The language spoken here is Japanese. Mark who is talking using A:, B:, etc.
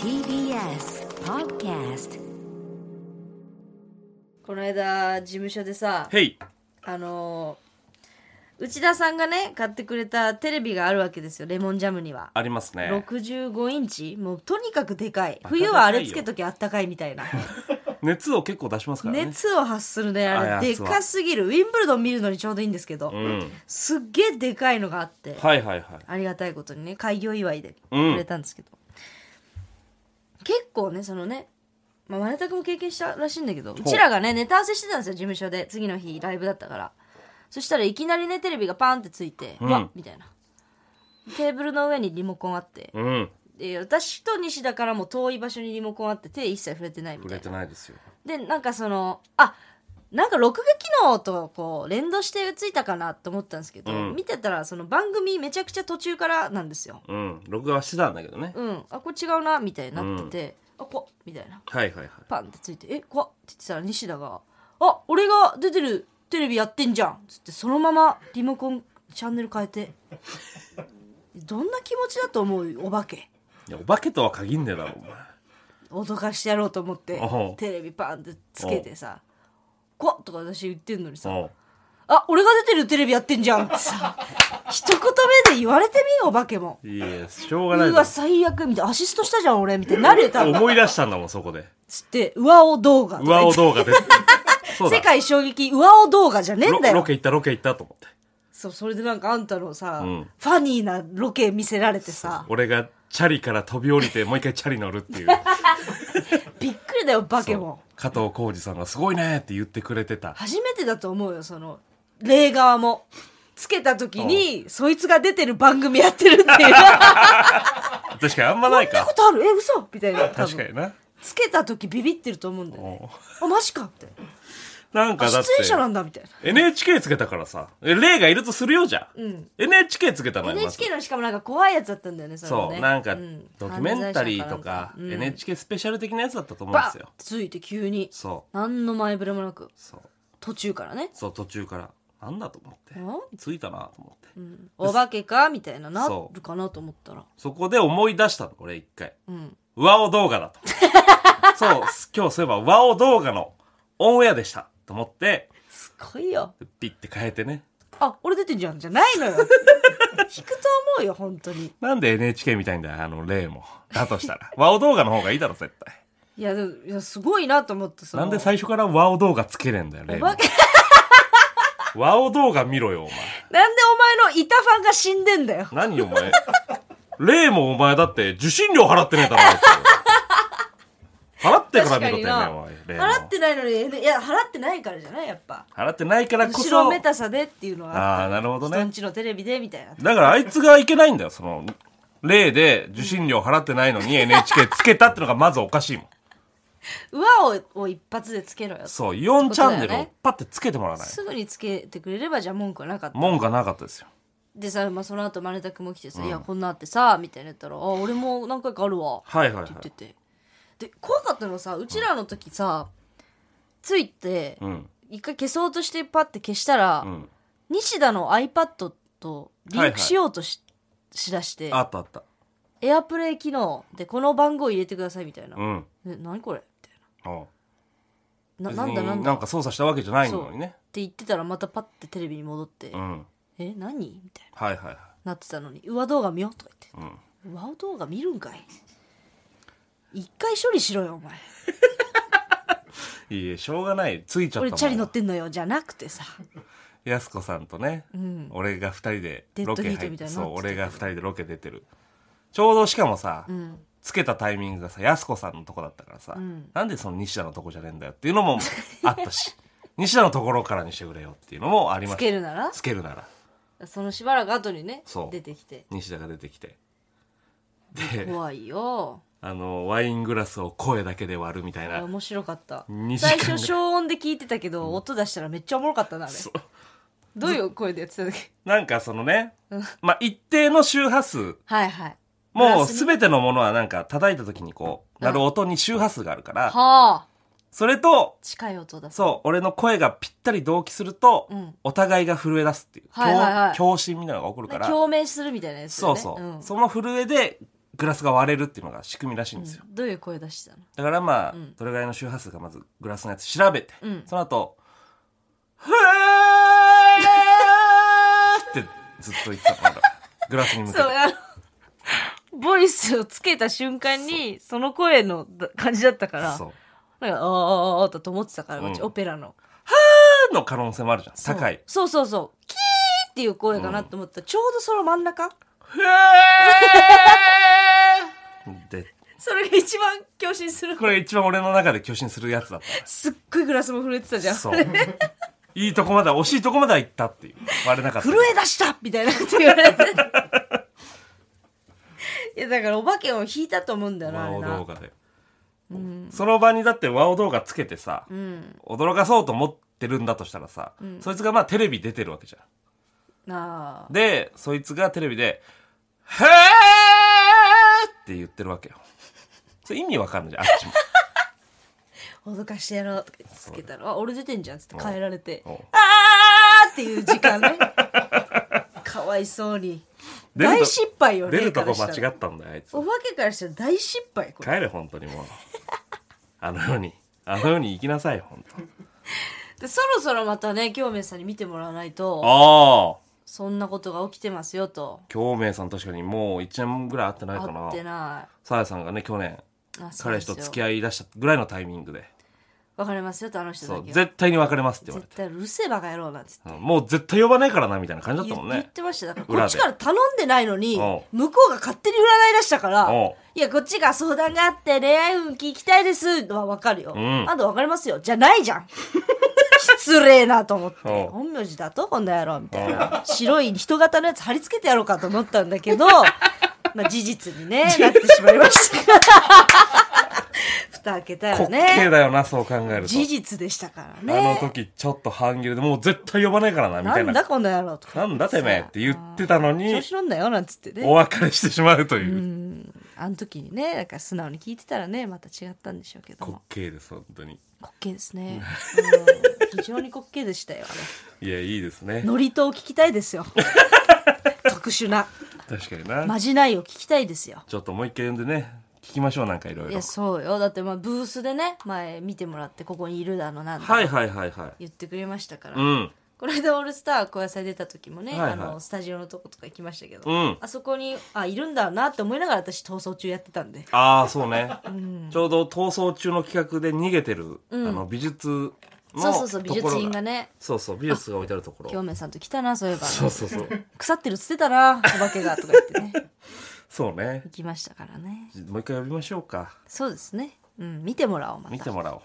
A: TBS Podcast
B: この間事務所でさ
C: へい
B: あのー内田さんがね買ってくれたテレビがあるわけですよレモンジャムには
C: ありますね。
B: 65インチもうとにかくでかい
C: バカでかい
B: 冬
C: よ
B: はあれつけときあったかいみたいな
C: 熱を結構出しますからね。
B: 熱を発するねあ
C: あ
B: れ
C: や
B: で
C: つは
B: かすぎるウィンブルドン見るのにちょうどいいんですけど、
C: うん。
B: すっげえでかいのがあって、
C: はいはいはい。
B: ありがたいことにね開業祝いで
C: うん
B: くれたんですけど、結構ねそのねまあ、マネタクも経験したらしいんだけどうちらがねネタ合わせしてたんですよ事務所で次の日ライブだったからそしたらいきなりねテレビがパーンってついて、う
C: うん
B: わっみたいなテーブルの上にリモコンあって
C: うん。
B: で私と西田からも遠い場所にリモコンあって手一切触れてないみ
C: 触
B: たい
C: れて
B: な
C: ないですよ。
B: でなんかそのあなんか録画機能とこう連動してついたかなと思ったんですけど、
C: うん
B: 見てたらその番組めちゃくちゃ途中からなんですよ。
C: うん。録画はしてたんだけどね。
B: うん、あこれ違うなみたいになってて、あこっみたいな
C: はいはいはい。
B: パンってついて「えこっ」って言ってたら西田が「あ俺が出てるテレビやってんじゃん」つってそのままリモコンチャンネル変えてどんな気持ちだと思うお化け
C: いや、お化けとは限んねえだろ、お前。
B: 脅かしてやろうと思って
C: おう
B: テレビパンってつけてさ「こっ」とか私言ってんのにさ
C: おう
B: あ、俺が出てるテレビやってんじゃんってさ、一言目で言われてみよ、お化けも。
C: いや、しょう
B: う
C: がないだ
B: わ、最悪みたいな、アシストしたじゃん、俺みたいになるよ、多
C: ろ。
B: 分。
C: 思い出したんだもん、そこで。
B: つって、上尾動画とか
C: 上
B: 言
C: 尾
B: って。
C: 動画で。 そうだ。
B: 世界衝撃、上尾動画じゃねえんだ
C: ロロ
B: よ。
C: ケ行った、ロケ行ったと思って。
B: そう、それでなんかあんたのさ、
C: うん
B: ファニーなロケ見せられてさ、
C: 俺がチャリから飛び降りて、もう一回チャリ乗 るっていう。
B: びっくりだよ、お化け
C: そ
B: も。
C: う加藤浩二さんがすごいねって言ってくれてた。
B: 初めてだと思うよ、その、霊側も。つけた時に、そいつが出てる番組や ってるっていう。
C: 確かにあんまない
B: そんな
C: か
B: こ。とあるえ、嘘みたいな。多分
C: 確かにな。
B: つけた時ビビってると思うんだよね
C: おう
B: あマジかみたいな
C: なんかだ
B: あ
C: って。
B: 出演者なんだみたいな
C: NHK つけたからさ、え霊がいるとするよじゃん。
B: うん
C: NHK つけたのよ、まず
B: NHK のしかもなんか怖いやつだったんだよねそれも
C: そ
B: ね
C: う、なんか、
B: うん
C: ドキュメンタリーと
B: 犯
C: か、
B: 罪者なんうん
C: NHK スペシャル的なやつだったと思うんで
B: バ
C: す
B: ッ
C: よ。
B: ついて急に
C: そう、
B: 何の前触れもなく
C: そう、
B: 途中からね
C: そう、途中から、なんだと思って
B: ん、
C: ついたなと思って、
B: うんお化けかみたいなな
C: そう
B: るかなと思ったら
C: そこで思い出したの、俺一回。
B: うん
C: ワオ動画だと。 そう、今日そういえばワオ動画のオンエアでしたと思って、
B: すごいよ
C: でピッて変えてね。
B: あ俺出てんじゃんじゃない のよ引くと思うよ本当に
C: なんで NHK みたいんだよ、あの霊も。だとしたら。ワオ動画の方がいいだろ、絶対。
B: いやでもいやすごいなと思ってその
C: なんで最初からワオ動画つけれんだよ、
B: お
C: 霊も
B: 化。け
C: ワオ動画見ろよ、お前。
B: なんでお前のいたファンが死んでんだよ
C: 何お前。霊もお前だって受信料払ってねえだろ。払ってから
B: 確か
C: 見ろってね、
B: にな
C: おい。霊も
B: 払ってないのにいや払ってないからじゃないやっぱ
C: 払ってないからこ
B: 後
C: そ。
B: ろめたさでっていうのは
C: ああ、なるほど
B: 人ん
C: ね。
B: ちのテレビでみたいな
C: だからあいつがいけないんだよ、その、霊で受信料払ってないのに NHK つけたってのがまずおかしいもん。
B: 上をを一発でつけろよ
C: そう、イオンチャンネル
B: そうだよ
C: を
B: ね
C: パッてつけてもらわない。
B: すぐにつけてくれればじゃあ文句はなかった
C: 文がなかったですよ。
B: でさ、まあ、その後マネタクも来てさ「いやこんなあってさ」みたいな言ったら「あ俺も何回かあるわ」って
C: はいはいはい
B: 言っ。ててで怖かったのがさうちらの時さついて
C: うん。
B: 一回消そうとしてパッて消したら
C: うん。
B: 西田の iPad とリンクしようとし,、しだして
C: あったあった。
B: エアプレイ機能でこの番号入れてくださいみたいな「
C: うん。
B: え何これ?」み
C: おう
B: たいな「ななんだ
C: 別
B: な
C: に
B: んだ」
C: なんか操作したわけじゃないのにね。
B: って言ってたらまたパッてテレビに戻って「
C: うん。
B: え何?」みたいな
C: はいはいはい。
B: なってたのに「上動画見よ」うとか言
C: うん。
B: って「上動画見るんかい」一回処理しろよお前
C: いいえ、しょうがない。ついちゃったもん。
B: 俺チャリ乗ってんのよじゃなく てさ
C: やすこさんとね、
B: ん
C: 俺が二人でロケ
B: デッドヒー
C: 入
B: ト
C: っ
B: みたい
C: て
B: にな
C: そ
B: ってたけど
C: う俺が二人でロケ出てるちょうどしかもさ、
B: ん
C: つけたタイミングがさやすこさんのとこだったからさ、
B: ん
C: なんでその西田のとこじゃねえんだよっていうのもあっ たし西田のところからにしてくれよっていうのもありま
B: つ
C: した
B: けるなら
C: つけるなら
B: そのしばらく後にね
C: そう
B: 出てきて
C: 西田が出てきてで
B: 怖いよ
C: あのワイングラスを声だけで割るみたい
B: あれ
C: な
B: 面白かった
C: 二時間
B: 最
C: ぐらい
B: 初消音で聞いてたけど音出したらめっちゃおもろかったなあれ
C: そう
B: どういう声でやってたんだっけ
C: なんかそのね、まあ一定の周波数
B: はいはい
C: もう
B: す
C: 全てのものはなんか叩いた時にこう、なる音に周波数があるか
B: は
C: ら、
B: あ
C: それと、
B: 近い音だ
C: そう、俺の声がぴったり同期すると、
B: うん
C: お互いが震え出すっていう、
B: はいはいはい
C: 共共振みたいなのが起こるから、
B: 共鳴するみたいなやつだ
C: そ
B: よ
C: う
B: ね
C: そう、
B: ん
C: その震えでグラスが割れるっていうのが仕組みらしいんですよ。
B: どういう声出してたの
C: だからまあ、どれぐらいの周波数かまずグラスのやつ調べて、
B: ん
C: その後、ふーってずっと言ってたのなんかグラスに向 け
B: そ
C: て
B: う。あのボイスをつけた瞬間にその声のだ感じだったから
C: そう。
B: なんかあーあーあーあーと思ってたからこっち、
C: うん
B: オペラの
C: の可能性もあるじゃん。高い。
B: そうそうそうキーっていう声かなと思ったら、ちょうどその真ん中
C: ふーで、
B: それが一番共振する
C: これ一番俺の中で巨心するやつだっ
B: すっごいグラスも震えてたじゃ
C: た。
B: ん
C: そう。いいとこまで、惜しいとこまでは行ったっていう。割れなかった。
B: 震え出したみたいなこと言われて いやだからお化けを引いたと思うんだよなあ
C: ワ
B: れ
C: オ動
B: な
C: 画で、その場にだってワオ動画つけてさ、驚かそうと思ってるんだとしたらさ、そいつがまあテレビ出てるわけじゃ
B: なあ
C: んでそいつがテレビで「へー!」って言ってるわけよそれ意味わかんないじゃんあっちも
B: 脅かしてやろうとか言ってつけたら「あ俺出てんじゃん」っつって変えられて
C: おう
B: 「あー!」っていう時間 ねかわいそうに
C: 出ると
B: 大失敗 よ
C: 出るとこ
B: 例からした
C: 間
B: ら
C: 違ったんだよあいつ
B: お化けからしたら大失敗これ
C: 帰れ本当に もうあの世にあの世に行きなさい本当
B: でそろそろまたね京明さんに見てもらわないと
C: ああ
B: そんなことが起きてますよと
C: 京明さん確かにもう1年ぐらい会ってないか
B: あ
C: な
B: ってない
C: さやさんがね去年
B: あそうで
C: 彼
B: す
C: 氏
B: よ
C: と付き合い出したぐらいのタイミングで
B: 別れますよとあの人だ
C: そう
B: けは
C: 絶対に別れますって言われ
B: 絶
C: て
B: 対うるせえバカ野郎なんつって
C: うんもう絶対呼ばないからなみたいな感じだったもん
B: 言言
C: ね
B: ってましただからこ
C: 裏
B: っ
C: で
B: ちから頼んでないのに向
C: う
B: こうが勝手に占い出したから
C: おう
B: いやこっちが相談があって恋愛運聞きたいですは分かるよ、
C: ん
B: あと分かりますよじゃないじゃん 失礼なと思って
C: おう
B: 本名字だとこんな野郎みたいな白い人型のやつ貼り付けてやろうかと思ったんだ けどまあ事実にねなってしまいました 蓋開けたら
C: 滑稽
B: ね
C: だよなそう考えると
B: 事実でしたから
C: あの
B: ね
C: 時ちょっと半切れでもう絶対呼ばないからなみ
B: な
C: たい
B: ん
C: な
B: だこの野郎とか
C: なんだてめえって言ってたの
B: 調
C: に
B: 子乗んなよなんつってね
C: お別れしてしまうという
B: あの時にねだから素直に聞いてたらねまた違ったんでしょうけど
C: 滑
B: も
C: 稽です本当に
B: 滑稽ですねうん非常に滑稽でしたよあれ
C: いやいいですね
B: ノリとを聞きたいです よ特殊な
C: 確かにな
B: まじないを聞きたいですよ
C: ちょっともう一回呼んでね聞きましょうなんかいろい
B: い
C: ろ
B: やそうよだってまあブースでね前見てもらってここにいるだのなんだの
C: はいはいはいはい
B: 言ってくれましたから、
C: うん
B: この間オールスター小野菜出た時もね、
C: はいはい
B: あのスタジオのとことか行きましたけど、
C: うん
B: あそこにあいるんだなって思いながら私逃走中やってたんで
C: ああそうね、ちょうど逃走中の企画で逃げてる、あの美術の
B: そうそうそう美
C: ところ
B: 術品がね
C: そうそう美術が置いてあるところ
B: 京明さんと来たなそういえば
C: そうそうそう
B: 腐ってるっつってたなお化けがとか言ってね
C: そうね
B: 行きましたからね
C: もう一回呼びましょうか
B: そうですねうん見てもらおうまた
C: 見てもらおう